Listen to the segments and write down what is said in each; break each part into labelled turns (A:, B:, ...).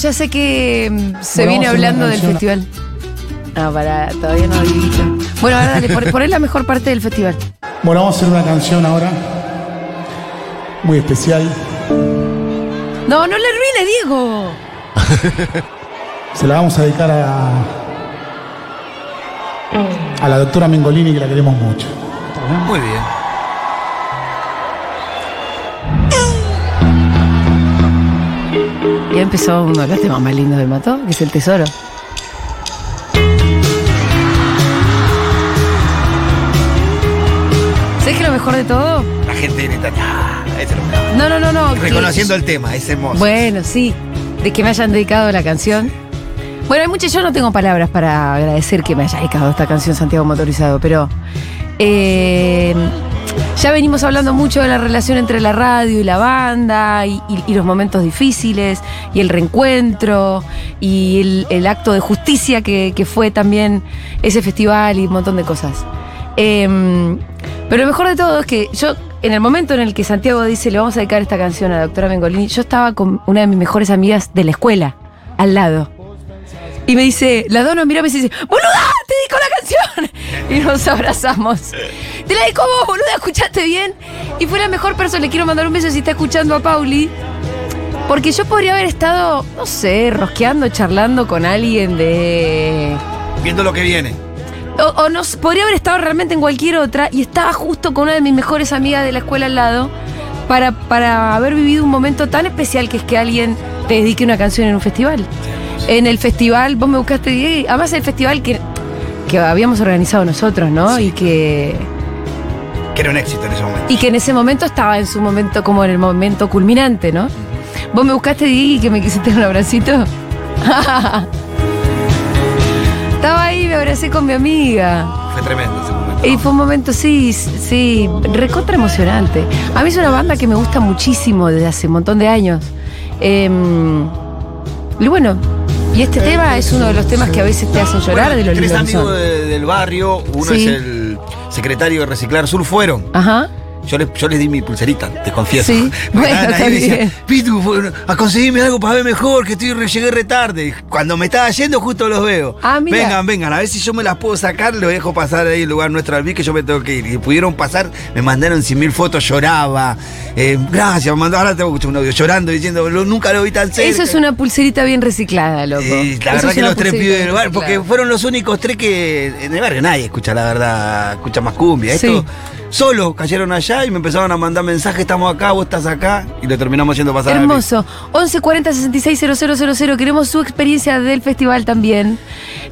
A: ya sé que mm, se viene
B: Bueno, vamos a hacer
A: hablando
B: una
A: del
B: canción.
A: festival. No, para, todavía no lo Bueno, ahora dale, pon- poné la mejor parte del festival.
B: Bueno, vamos a hacer una canción ahora. Muy especial.
A: No, no le arruines, Diego.
B: Se la vamos a dedicar a. a la doctora Mengolini, que la queremos mucho.
C: Muy bien.
A: Ya empezó uno de los temas más lindos del Mató, que es el tesoro. ¿Sabes que lo mejor de todo?
C: La gente grita, "Ah, ese lo grabo".
A: No, no, no, no. que-
C: Reconociendo el tema, es hermoso.
A: Bueno, sí, de que me hayan dedicado la canción. Bueno, hay muchas, yo no tengo palabras para agradecer que me haya dedicado esta canción Santiago Motorizado, pero eh, ya venimos hablando mucho de la relación entre la radio y la banda y, y- y los momentos difíciles y el reencuentro y el, el acto de justicia que, que fue también ese festival y un montón de cosas. Eh, pero lo mejor de todo es que yo, en el momento en el que Santiago dice, le vamos a dedicar esta canción a la doctora Bengolini, yo estaba con una de mis mejores amigas de la escuela, al lado. Y me dice, la dono mira y dice, ¡Boluda! ¡Te dedico la canción! Y nos abrazamos. Te la dedico a vos, boluda, escuchaste bien. Y fue la mejor persona. Le quiero mandar un beso si está escuchando a Pauli. Porque yo podría haber estado, no sé, rosqueando, charlando con alguien de.
C: Viendo lo que viene.
A: O, o no s- podría haber estado realmente en cualquier otra y estaba justo con una de mis mejores amigas de la escuela al lado para, para haber vivido un momento tan especial que es que alguien te dedique una canción en un festival. En el festival, vos me buscaste, Diego, y además el festival que, que habíamos organizado nosotros, ¿no? Y que
C: Que era un éxito en ese momento.
A: y que en ese momento estaba en su momento, como en el momento culminante, ¿no? Vos me buscaste, Diego, y que me quisiste un abracito. estaba ahí, me abracé con mi amiga.
C: Fue tremendo ese momento.
A: Y fue un momento, sí, sí, recontra emocionante. A mí es una banda que me gusta muchísimo desde hace un montón de años. Eh, y bueno, y este tema es uno de los temas que a veces te hacen llorar
C: Bueno,
A: de lo
C: Tres
A: lindo que
C: amigos
A: son.
C: de- del barrio, uno
A: Sí.
C: es el secretario de Reciclar Sur, fueron.
A: Ajá.
C: Yo les, yo les di mi pulserita, te confieso.
A: Sí,
C: Me
A: bueno,
C: estaban
A: está
C: ahí y me
A: bien.
C: decían, Pitu, bueno, a conseguirme algo para ver mejor, que estoy re- llegué re tarde. Cuando me estaba yendo, justo los veo.
A: Ah, mira.
C: vengan, vengan, a ver si yo me las puedo sacar, lo dejo pasar ahí el lugar nuestro al que yo me tengo que ir. Y pudieron pasar, me mandaron 100.000 mil fotos, lloraba. Eh, gracias, me mandó, ahora tengo que escuchar un audio llorando, diciendo, "Lo- nunca lo vi tan cerca.
A: Eso es una pulserita bien reciclada, loco.
C: Y la
A: Eso
C: verdad
A: es
C: que
A: una
C: los tres
A: pulserita
C: pibes del barrio,
A: reciclada.
C: porque fueron los únicos tres que en el barrio nadie escucha, la verdad, escucha más cumbia.
A: Sí.
C: Esto, solo cayeron allá y me empezaron a mandar mensajes, estamos acá, vos estás acá, y lo terminamos yendo pasar. a la
A: Hermoso. 1140 000 Queremos su experiencia del festival también.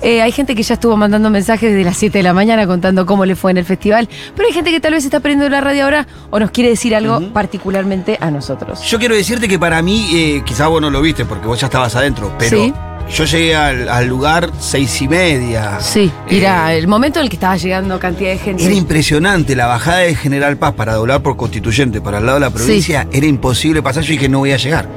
A: Eh, hay gente que ya estuvo mandando mensajes desde las 7 de la mañana contando cómo le fue en el festival. Pero hay gente que tal vez está prendiendo la radio ahora o nos quiere decir algo particularmente a nosotros.
C: Yo quiero decirte que para mí, eh, quizá vos no lo viste porque vos ya estabas adentro, pero
A: Sí.
C: yo llegué al, al lugar seis y media.
A: Sí, mira,
C: Eh,
A: el momento en el que estaba llegando cantidad de gente.
C: Era impresionante la bajada de General Paz para doblar por Constituyente para el lado de la provincia. Era imposible pasar. Yo dije, no voy a llegar.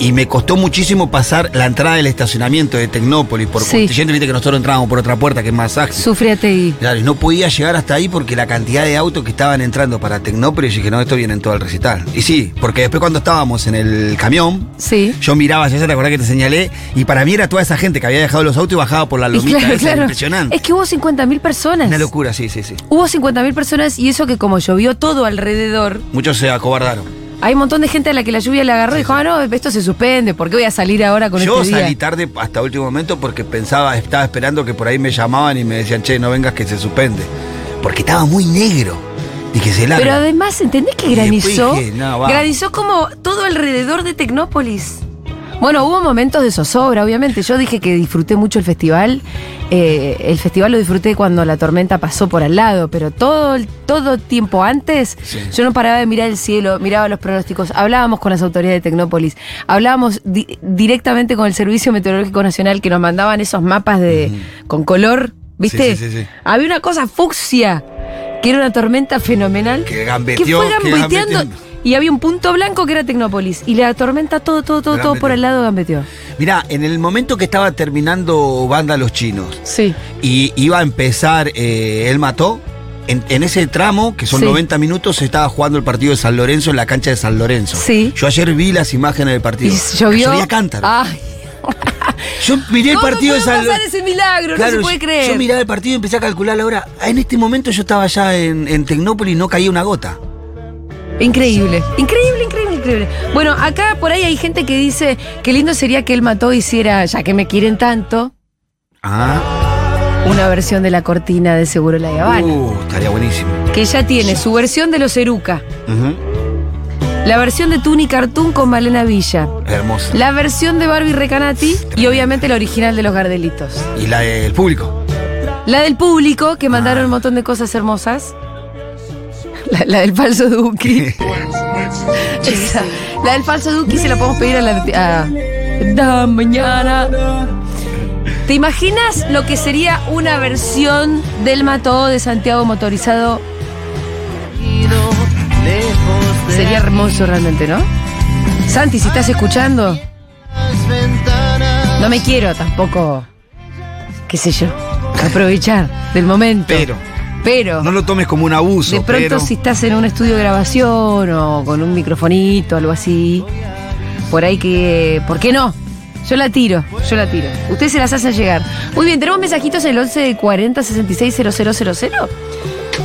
C: Y me costó muchísimo pasar la entrada del estacionamiento de Tecnópolis por
A: Sí.
C: Constituyente. Viste que nosotros entrábamos por otra puerta que es más ágil.
A: Sufriate y.
C: Claro, y no podía llegar hasta ahí porque la cantidad de autos que estaban entrando para Tecnópolis, yo dije, no, esto viene en todo el recital. Y sí, porque después cuando estábamos en el camión,
A: Sí.
C: yo miraba hacia allá, ¿te acordás que te señalé? Y para mí era toda esa gente que había dejado los autos y bajaba por la
A: Y
C: lomita.
A: claro,
C: esa,
A: claro.
C: Impresionante.
A: Es que hubo 50.000 personas.
C: Una locura, sí, sí, sí.
A: Hubo 50.000 personas y eso que como llovió todo alrededor.
C: Muchos se acobardaron.
A: Hay un montón de gente a la que la lluvia le agarró y dijo, ah, no, esto se suspende, ¿por qué voy a salir ahora con
C: Yo
A: este
C: salí
A: día?
C: tarde hasta último momento porque pensaba, estaba esperando que por ahí me llamaban y me decían, che, no vengas que se suspende. Porque estaba muy negro. Dije, se larga.
A: Pero además, ¿entendés que
C: Y después
A: granizó?
C: dije, no, va.
A: granizó como todo alrededor de Tecnópolis. Bueno, hubo momentos de zozobra, obviamente. Yo dije que disfruté mucho el festival. Eh, el festival lo disfruté cuando la tormenta pasó por al lado, pero todo el todo tiempo antes
C: Sí.
A: yo no paraba de mirar el cielo, miraba los pronósticos, hablábamos con las autoridades de Tecnópolis, hablábamos di- directamente con el Servicio Meteorológico Nacional que nos mandaban esos mapas de con color, ¿viste?
C: Sí, sí, sí, sí.
A: Había una cosa fucsia, que era una tormenta fenomenal.
C: Que gambeteó,
A: que fue
C: que
A: gambeteando.
C: gambeteando.
A: Y había un punto blanco que era Tecnópolis. Y la tormenta todo, todo, todo, todo
C: Gambeteó.
A: por el lado gambeteó.
C: Mirá, en el momento que estaba terminando Banda Los Chinos
A: Sí.
C: y iba a empezar eh, Él Mató, en, en ese tramo, que son
A: Sí.
C: 90 minutos, se estaba jugando el partido de San Lorenzo en la cancha de San Lorenzo.
A: Sí.
C: Yo ayer vi las imágenes del
A: Y
C: partido.
A: llovió.
C: Llovía cántaro.
A: Ay,
C: Yo miré el
A: ¿Cómo
C: partido de
A: puede
C: San Lo-
A: pasar ese milagro? No se puede
C: yo-
A: creer.
C: Yo miraba el partido y empecé a calcular la hora. Ah, En este momento yo estaba allá en, en Tecnópolis y no caía una gota.
A: Increíble, increíble, increíble, increíble. Bueno, acá por ahí hay gente que dice que lindo sería que él mató hiciera, ya que me quieren tanto,
C: Ah,
A: una versión de la cortina de Seguro La Habana.
C: uh, estaría buenísimo.
A: Que ya tiene su versión de los Eruca,
C: Ujú.
A: la versión de Tuni Cartoon con Malena Villa,
C: Hermoso.
A: la versión de Barbie Recanati y obviamente la original de los Gardelitos.
C: Y la del público.
A: La del público, que mandaron un montón de cosas hermosas. La, la del falso Duki. Esa. La del falso Duki se la podemos pedir a la. a- da mañana. ¿Te imaginas lo que sería una versión del mató de Santiago motorizado? Sería hermoso realmente, ¿no? Santi, si estás escuchando. No me quiero tampoco. qué sé yo. Aprovechar del momento.
C: Pero.
A: Pero.
C: No lo tomes como un abuso.
A: De pronto
C: pero-
A: si estás en un estudio de grabación o con un microfonito, algo así, por ahí que... ¿Por qué no? Yo la tiro, yo la tiro. Ustedes se las hacen llegar. Muy bien, tenemos mensajitos en el 11 40 66 000.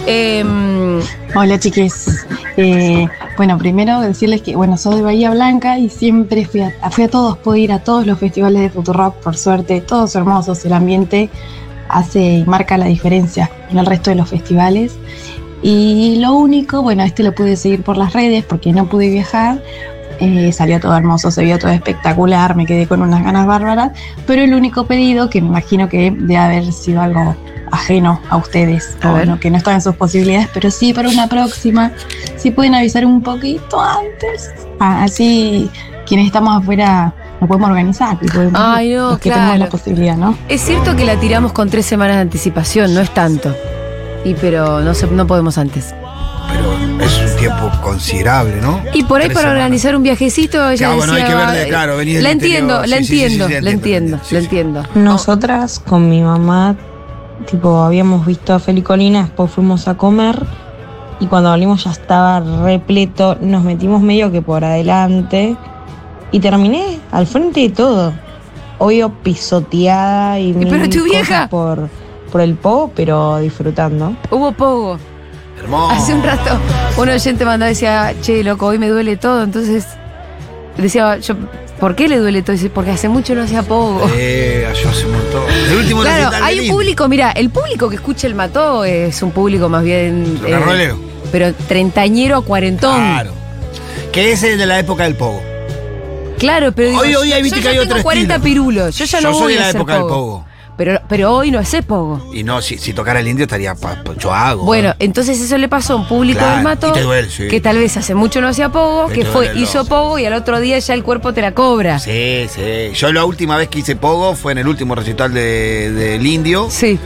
A: Em,
D: Hola chiques. Eh, bueno, primero decirles que bueno, soy de Bahía Blanca y siempre fui a, fui a todos, pude ir a todos los festivales de Futurock, por suerte, todos hermosos, el ambiente hace y marca la diferencia en el resto de los festivales. Y lo único, bueno, este lo pude seguir por las redes porque no pude viajar. Eh, salió todo hermoso, se vio todo espectacular, me quedé con unas ganas bárbaras, pero el único pedido, que me imagino que debe haber sido algo ajeno a ustedes,
A: A
D: o
A: ver.
D: no- que no estaba en sus posibilidades, pero sí para una próxima, si pueden avisar un poquito antes, a- así quienes estamos afuera lo podemos organizar y podemos
A: Ay, no,
D: los que tengamos la
A: claro.
D: posibilidad, ¿no?
A: es cierto que la tiramos con tres semanas de anticipación, no es tanto. Y pero no, se- no podemos antes.
C: Pero es un tiempo considerable, ¿no?
A: Y por ahí
C: Tres
A: para
C: semanas.
A: organizar un viajecito, ella
C: Claro, bueno, hay
A: decía,
C: que ver
A: va-
C: de- claro, venir del
A: la entiendo,
C: interior.
A: la
C: Sí, sí, sí, sí,
A: entiendo,
C: sí,
A: la entiendo,
C: Sí,
A: la
C: sí.
A: entiendo.
E: Nosotras con mi mamá, tipo, habíamos visto a Felicolina, después fuimos a comer y cuando volvimos ya estaba repleto, nos metimos medio que por adelante y terminé al frente de todo. Obvio pisoteada y mil
A: pero tu
E: cosas
A: vieja.
E: por por el po, pero disfrutando.
A: Hubo pogo.
C: Hermoso.
A: Hace un rato un oyente mandó decía, che, loco, hoy me duele todo. Entonces decía, yo, ¿por qué le duele todo? Dice, porque hace mucho no hacía poco.
C: Eh, yo hace un montón. El último
A: Claro,
C: recital de
A: hay un
C: Lin.
A: público, mira, el público que escucha el mató es un público más bien. eh,
C: Rock and rollero.
A: pero treintañero a cuarentón. Claro,
C: Claro. Que ese es de la época del pogo.
A: pero digo,
C: Hoy- hoy hay, viste
A: yo
C: que
A: ya
C: hay
A: tengo
C: otro
A: 40
C: estilo.
A: pirulos. Yo ya no
C: Yo soy
A: voy
C: de
A: a
C: la
A: hacer
C: época del pogo.
A: Pero, pero hoy no haces pogo.
C: Y no, si, si tocara el indio estaría. pa- pa- yo hago.
A: Bueno, entonces eso le pasó a un público
C: Claro,
A: del mato
C: y te duele, sí.
A: que tal vez hace mucho no hacía pogo,
C: Que
A: que
C: te
A: fue,
C: duele el
A: hizo
C: oso.
A: pogo y al otro día ya el cuerpo te la cobra.
C: Sí, sí. Yo la última vez que hice pogo fue en el último recital de- del indio.
A: Sí.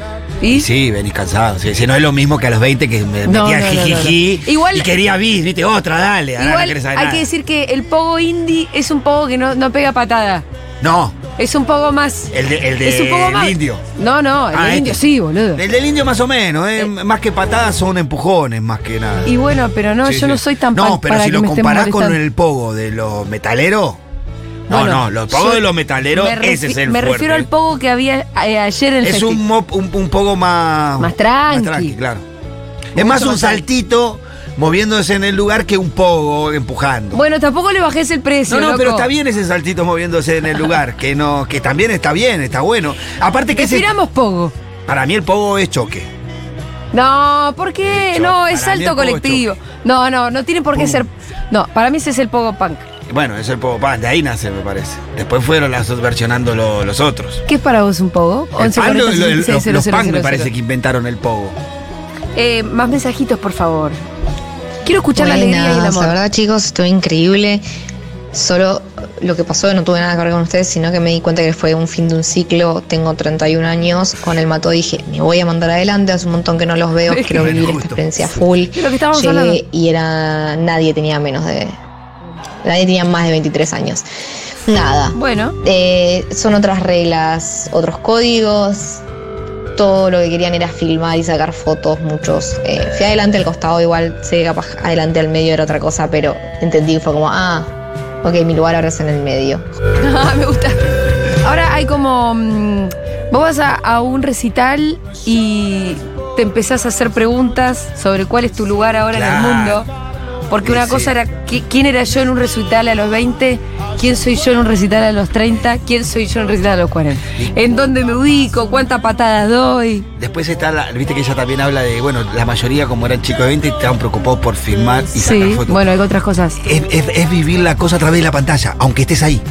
A: ¿Y?
C: Y sí, venís cansado. Sí, sí, no es lo mismo que a los 20 que me
A: No,
C: metía
A: no, no,
C: jijiji
A: no, no. Igual-
C: y quería bis, viste, otra, dale. ahora no
A: Igual
C: querés saber
A: hay
C: nada.
A: que decir que el pogo indie es un pogo que no, no pega patada.
C: No,
A: Es un pogo más.
C: el, de, el
A: es un pogo
C: del
A: más.
C: indio.
A: No, no, el
C: Ah,
A: del
C: este.
A: indio sí, boludo.
C: El del indio más o menos, eh,
A: Eh.
C: más que patadas son empujones, más que nada.
A: Y bueno, pero no,
C: Sí,
A: yo
C: sí.
A: no soy tan
C: No,
A: pan
C: pero
A: para
C: si
A: que
C: lo
A: me estén
C: comparás con
A: molestando.
C: el pogo de los metaleros. No,
A: Bueno,
C: no, los pogos
A: yo
C: de los metaleros,
A: me
C: ese
A: refi-
C: es el
A: Me refiero al
C: fuerte.
A: pogo que había eh, ayer en el
C: Es
A: festi-
C: un, mop- un, un poco más.
A: Más tranqui.
C: claro. es más un
A: más
C: saltito moviéndose en el lugar que un poco empujando.
A: Bueno, tampoco le bajés el precio.
C: no, no,
A: loco.
C: pero está bien ese saltito moviéndose en el lugar, que no, que también está bien, está bueno. Aparte que ese-
A: Respiramos pogo.
C: para mí el pogo es choque.
A: No, ¿por qué?
C: Choque.
A: no, es
C: Para mí el
A: salto
C: pogo es
A: colectivo. No, no, no tiene por qué
C: Pum.
A: ser. No, para mí ese es el pogo punk.
C: Bueno, es el pogo pan, de ahí nace, me parece. Después fueron las versionando lo- los otros.
A: ¿Qué es para vos un pogo?
C: El pan, lo- lo- los, los
A: 1140
C: pan me
A: 66
C: parece que inventaron el pogo.
A: Eh, más mensajitos, por favor. Quiero escuchar la
F: Buenas,
A: alegría y el amor.
F: La verdad, chicos, estuvo increíble. Solo lo que pasó no tuve nada que ver con ustedes, sino que me di cuenta que fue un fin de un ciclo. Tengo 31 años. Con el mató dije, me voy a mandar adelante. Hace un montón que no los veo.
A: Es
F: Quiero
C: que
F: vivir
C: justo.
F: esta experiencia full.
A: Es lo que estábamos
F: Llegué
A: hablando.
F: y era. Nadie tenía menos de. Nadie tenía más de 23 años. Nada.
A: Bueno,
F: Eh, son otras reglas, otros códigos. Todo lo que querían era filmar y sacar fotos, muchos. Eh, fui adelante al costado, igual sé que capaz adelante al medio era otra cosa, pero entendí, fue como, ah, ok, mi lugar ahora es en el medio.
A: me gusta. Ahora hay como. mm, vos vas a, a un recital y te empezás a hacer preguntas sobre cuál es tu lugar ahora
C: Claro.
A: en el mundo. Porque
C: Sí,
A: una
C: sí.
A: cosa era qui- quién era yo en un recital a los 20, quién soy yo en un recital a los 30, quién soy yo en un recital a los 40. ¿En dónde me ubico? ¿Cuántas patadas doy?
C: Después está la, viste que ella también habla de, bueno, la mayoría como eran chicos de 20 estaban preocupados por filmar y sacar
A: Sí,
C: fotos.
A: bueno, hay otras cosas.
C: Es, es- es vivir la cosa a través de la pantalla, aunque estés ahí.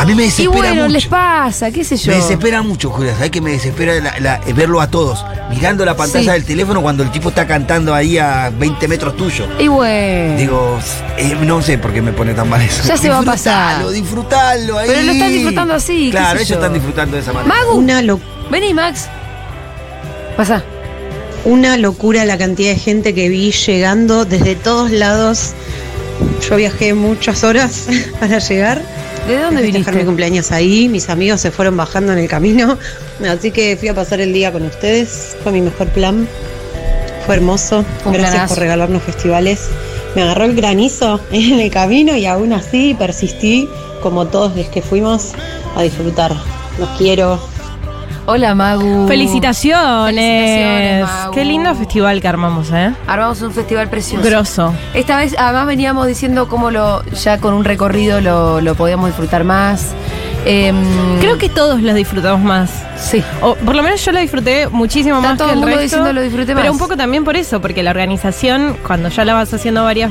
C: A mí me
A: Y
C: desespera
A: bueno,
C: mucho.
A: les pasa, qué sé yo.
C: Me desespera mucho, Julia. ¿Sabes que me desespera la- la- eh, verlo a todos? Mirando la pantalla
A: Sí.
C: del teléfono cuando el tipo está cantando ahí a 20 metros tuyo.
A: Y bueno.
C: Digo, eh, no sé por qué me pone tan mal eso.
A: Ya se va a pasar.
C: Disfrutalo, disfrutalo ahí.
A: Pero lo están disfrutando así, qué sé
C: Claro, ellos
A: yo.
C: están disfrutando de esa manera.
A: Magu,
G: Una, lo-
A: vení, Max. Pasa.
G: una locura la cantidad de gente que vi llegando desde todos lados. Yo viajé muchas horas para llegar.
A: ¿De dónde
G: Fui a festejar mi
A: viniste?
G: cumpleaños ahí, mis amigos se fueron bajando en el camino, así que fui a pasar el día con ustedes, fue mi mejor plan, fue hermoso,
A: Fue un
G: gracias
A: planazo.
G: por regalarnos festivales, me agarró el granizo en el camino y aún así persistí como todos los que fuimos a disfrutar, los quiero.
A: Hola, Magu.
H: Uh, Felicitaciones.
A: Felicitaciones, Mau.
H: Qué lindo festival que armamos, ¿eh?
A: Armamos un festival precioso.
H: Grosso.
A: Esta vez además veníamos diciendo cómo lo, ya con un recorrido lo, lo podíamos disfrutar más. Em,
H: Creo que todos los disfrutamos más.
A: sí.
H: O por lo menos yo lo disfruté muchísimo
A: Está
H: más
A: todo
H: que
A: el
H: el
A: mundo
H: resto.
A: diciendo lo disfruté más.
H: Pero un poco también por eso, porque la organización, cuando ya la vas haciendo varias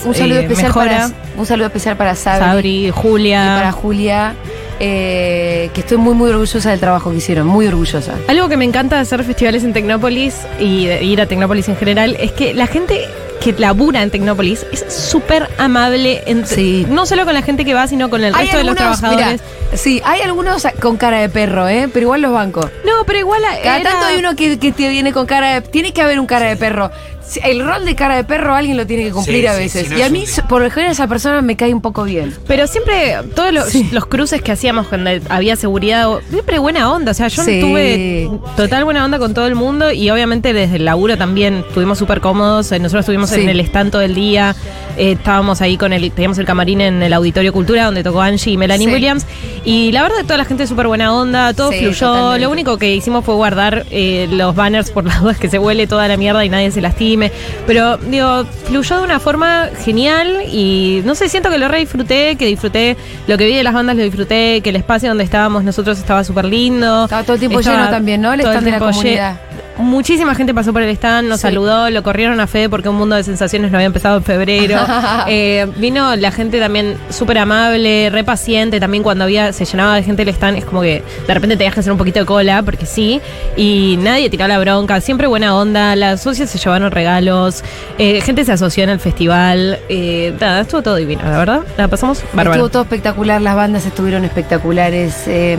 A: Sí, un saludo
H: eh,
A: especial
H: mejora.
A: para un saludo especial para Sabri,
H: Sabri,
A: y para
H: Julia.
A: Julia, eh, que estoy muy muy orgullosa del trabajo que hicieron, muy orgullosa.
H: Algo que me encanta de hacer festivales en Tecnópolis y de ir a Tecnópolis en general es que la gente que labura en Tecnópolis es súper amable, en-
A: Sí.
H: no solo con la gente que va, sino con el resto de los trabajadores.
A: mirá, sí, hay algunos con cara de perro, ¿eh? pero igual los banco.
H: No, pero igual a-
A: Cada
H: era-
A: tanto hay uno que, que te viene con cara de. Tiene que haber un cara de perro. Si- El rol de cara de perro alguien lo tiene que cumplir
C: Sí,
A: a
C: sí,
A: veces.
C: si no
A: y a
C: es
A: mí,
C: un de-
A: por lo general, esa persona me cae un poco bien.
H: Pero siempre, todos los, los cruces que hacíamos cuando había seguridad, o- siempre buena onda. O sea, yo
A: Sí.
H: tuve total buena onda con todo el mundo y obviamente desde el laburo también estuvimos súper cómodos. eh, Nosotros estuvimos
A: Sí.
H: en el stand todo el día, eh, estábamos ahí con el, teníamos el camarín en el Auditorio Cultura donde tocó Angie y Melanie
A: Sí.
H: Williams. Y la verdad, toda la gente súper buena onda, todo
A: Sí,
H: fluyó.
A: totalmente.
H: Lo único que hicimos fue guardar eh, los banners por las dudas que se huele toda la mierda y nadie se lastime. Pero, digo, fluyó de una forma genial y no sé, siento que lo re disfruté, que disfruté lo que vi de las bandas, lo disfruté, que el espacio donde estábamos nosotros estaba súper lindo.
A: Estaba todo el tiempo
H: Oh, Estaba
A: lleno también, ¿no? El
H: todo
A: stand de la
H: tiempo lle-
A: comunidad.
H: Muchísima gente pasó por el stand, nos
A: Sí.
H: saludó, lo corrieron a Fede porque un mundo de sensaciones no había empezado en febrero. Eh, vino la gente también súper amable, re paciente, también cuando había, se llenaba de gente el stand, es como que de repente tenías que hacer un poquito de cola, porque sí, y nadie tiraba la bronca, siempre buena onda, las socias se llevaron regalos, eh, gente se asoció en el festival, eh, nada, estuvo todo divino, la verdad, la pasamos bárbaro.
A: Estuvo todo espectacular, las bandas estuvieron espectaculares. eh,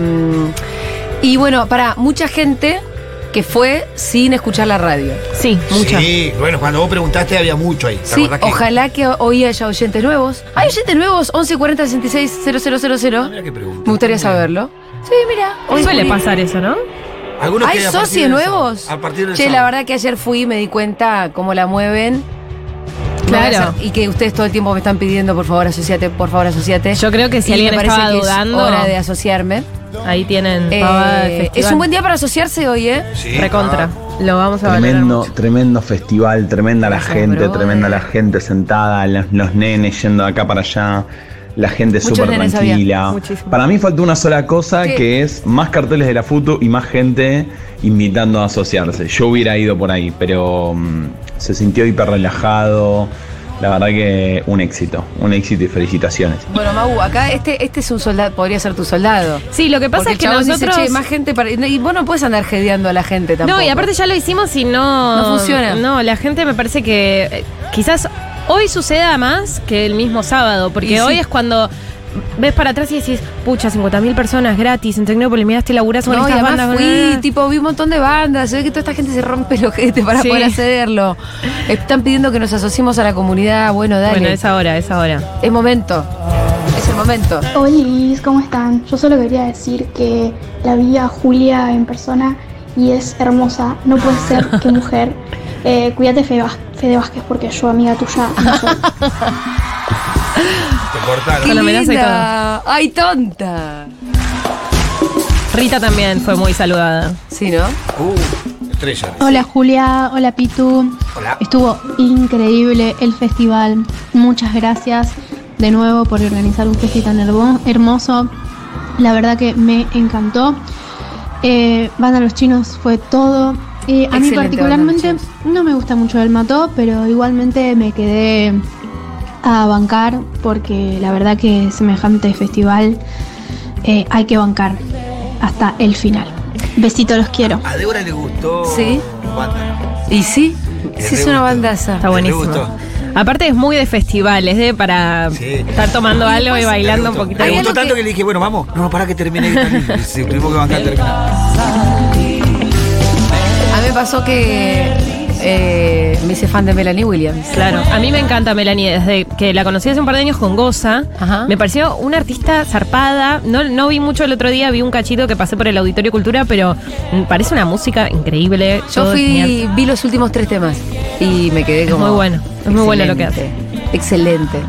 A: y bueno, para mucha gente que fue sin escuchar la radio.
H: Sí, mucha.
C: Sí, bueno, cuando vos preguntaste había mucho ahí. ¿te
A: Sí,
C: acordás que-
A: ojalá que hoy haya oyentes nuevos. ¿Hay oyentes nuevos? 1140 66
C: Ah, mirá
A: 000.
C: qué pregunta.
A: Me gustaría saberlo. Sí, mira. hoy
H: Hoy suele
A: descubrí.
H: pasar eso, ¿no?
C: Algunos
A: ¿Hay
C: que a partir
A: socios
C: del sábado,
A: nuevos?
C: A partir del
A: Che, la
C: sábado.
A: verdad que ayer fui y me di cuenta cómo la mueven.
H: Claro.
A: Y que ustedes todo el tiempo me están pidiendo, por favor, asociate, por favor, asociate.
H: Yo creo que si
A: Y
H: alguien
A: me parece
H: estaba
A: que es
H: dudando,
A: hora de asociarme.
H: ahí tienen.
A: Eh,
H: pavada del
A: es
H: festival.
A: un buen día para asociarse hoy, ¿eh?
C: Sí,
H: Recontra. Lo vamos a valorar
I: Tremendo,
H: mucho.
I: tremendo festival, tremenda la
A: Gracias,
I: gente,
A: brother.
I: tremenda
H: eh.
I: la gente sentada, los, los nenes yendo de acá para allá, la gente
A: Muchos
I: súper
A: nenes había,
I: tranquila.
H: muchísimo.
I: Para mí faltó una sola cosa
A: ¿Qué?
I: que es más carteles de la FUTU y más gente invitando a asociarse. Yo hubiera ido por ahí, pero mm, se sintió hiper relajado. La verdad que un éxito, un éxito y felicitaciones.
A: Bueno, Mau, acá este, este es un soldado, podría ser tu soldado.
H: Sí, lo que pasa
A: Porque
H: es que
A: el chabón dice,
H: nosotros.
A: "Che, más gente para. Y vos no puedes andar jedeando a la gente tampoco.
H: no, y aparte ya lo hicimos y no.
A: No funciona.
H: No, la gente me parece que eh, quizás hoy suceda más que el mismo sábado, porque
A: Y sí.
H: hoy es cuando. Ves para atrás y decís, pucha, 50.000 personas gratis en Tecnópolis, mirá, te laburás con
A: No, y
H: estas
A: además
H: bandas.
A: fui,
H: bla, bla,
A: tipo, vi un montón de bandas, se ve que toda esta gente se rompe el ojete para
H: Sí.
A: poder accederlo. Están pidiendo que nos asociemos a la comunidad, bueno,
H: bla".
A: dale.
H: Bueno, es ahora, es ahora.
A: Es momento, es el momento.
J: Hola, ¿cómo están? Yo solo quería decir que Eh, la vi a Julia en persona y es hermosa. No puede ser que mujer. Eh, cuídate, Fede, Vaz- Fede Vázquez, porque yo, amiga tuya, no soy.
C: ah, Te cortaron.
A: ¡Qué
H: Con la amenaza y
A: linda! ¡Ay, tonta!
H: Rita también fue muy saludada.
A: Sí, ¿no?
C: Uh, estrella.
J: Hola Julia, hola Pitu.
C: Hola.
J: Estuvo increíble el festival. Muchas gracias de nuevo por organizar un festival tan hermo- hermoso. La verdad que me encantó. Eh, Banda Los Chinos fue todo. Eh, a mí
A: Excelente, Banda
J: particularmente
A: Los
J: no me gusta mucho el mató, pero igualmente me quedé a bancar porque la verdad que semejante festival eh, hay que bancar hasta el final. Besito, los quiero.
C: A Débora le gustó.
A: Sí.
C: Wanda.
A: ¿Y sí?
C: Le
A: Sí,
C: re
A: es una
C: gustó.
A: bandaza.
H: Está
C: Me
H: buenísimo.
C: gustó.
H: Aparte es muy de festivales, de para
C: Sí.
H: estar tomando algo y
C: Le
H: bailando un
C: gustó.
H: poquito.
C: Le
A: Hay
C: gustó
A: algo
C: tanto
A: que-
C: que... le dije, bueno, vamos. No, para que termine. que termine. Sí, tuvimos que bancar terminar.
A: A mí me pasó que eh, me hice fan de Melanie Williams.
H: Claro, a mí me encanta Melanie desde que la conocí hace un par de años con Goza.
A: Ajá.
H: Me pareció una artista zarpada. No, no vi mucho el otro día, vi un cachito que pasé por el Auditorio Cultura, pero me parece una música increíble.
A: Yo
H: todo es
A: fui,
H: genial.
A: vi los últimos tres temas y me quedé como.
H: muy bueno, es muy bueno lo que hace.
A: Excelente.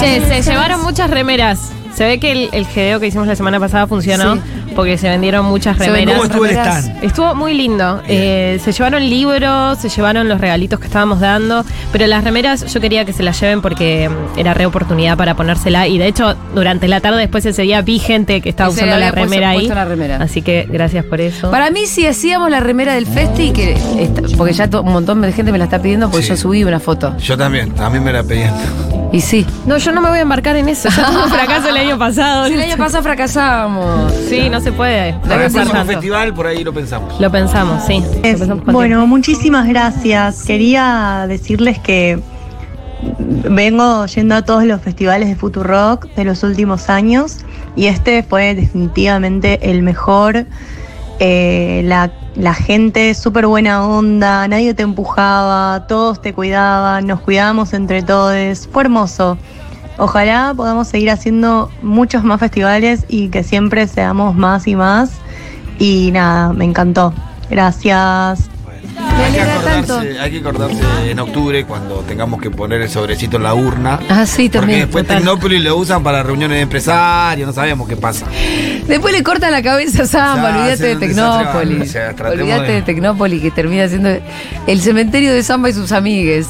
H: Che, se llevaron muchas remeras. Se ve que el, el gedeo que hicimos la semana pasada funcionó
A: Sí.
H: porque se vendieron muchas
A: Se
H: remeras.
C: ¿Cómo estuvo el
A: remeras.
C: stand?
H: Estuvo muy lindo. Eh, se llevaron libros, se llevaron los regalitos que estábamos dando, pero las remeras yo quería que se las lleven porque mm, era re oportunidad para ponérsela. Y de hecho, durante la tarde después ese día vi gente que estaba
A: Ese
H: usando
A: había
H: la
A: puesto-
H: remera ahí.
A: puesto la remera.
H: Así que gracias por eso.
A: Para mí, si hacíamos la remera del festi, que esta- porque ya to- un montón de gente me la está pidiendo porque
C: Sí.
A: yo subí una foto.
C: Yo también, también me la pedían.
A: Y sí.
H: no, yo no me voy a embarcar en eso. Ya tuve un fracaso el año pasado.
A: El año pasado fracasábamos.
H: Sí, no se
C: Para
H: puede.
C: el
H: fracasar
C: próximo
H: tanto.
C: festival, por ahí lo pensamos.
H: Lo pensamos, sí. Lo pensamos con
K: Bueno, muchísimas gracias. Quería decirles que vengo yendo a todos los festivales de Futurock de los últimos años y este fue definitivamente el mejor. Eh, la, la gente súper buena onda, nadie te empujaba, todos te cuidaban, nos cuidábamos entre todos, fue hermoso. Ojalá podamos seguir haciendo muchos más festivales y que siempre seamos más y más. Y nada, me encantó. Gracias.
C: Hay que,
A: alegra tanto.
C: acordarse, hay que acordarse en octubre cuando tengamos que poner el sobrecito en la urna.
A: Ah, sí,
C: Porque
A: también.
C: después
A: total.
C: Tecnópolis lo usan para reuniones de empresarios, no sabemos qué pasa.
A: Después le cortan la cabeza a Samba,
C: Ya,
A: olvídate
C: hacen
A: de
C: un desastre,
A: Tecnópolis.
C: o sea, tratemos
A: olvídate de...
C: de-
A: Tecnópolis que termina siendo el cementerio de Samba y sus amigues.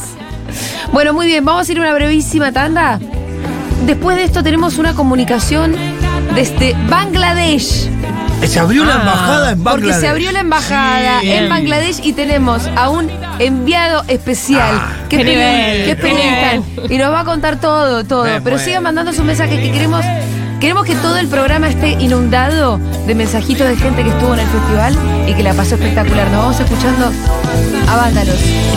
A: Bueno, muy bien, vamos a ir a una brevísima tanda. Después de esto tenemos una comunicación desde Bangladesh.
C: Se abrió la
H: Ah,
C: embajada en Bangladesh.
A: Porque se abrió la embajada
C: Sí.
A: en Bangladesh y tenemos a un enviado especial.
C: Ah,
A: que
H: qué
A: es peri-
H: nivel,
A: que es
H: qué
A: periodista. Y nos va a contar todo, todo.
C: Me
A: Pero
C: muero.
A: sigan mandando sus mensajes que queremos. Queremos que todo el programa esté inundado de mensajitos de gente que estuvo en el festival y que la pasó espectacular. Nos vamos escuchando a Vándalos.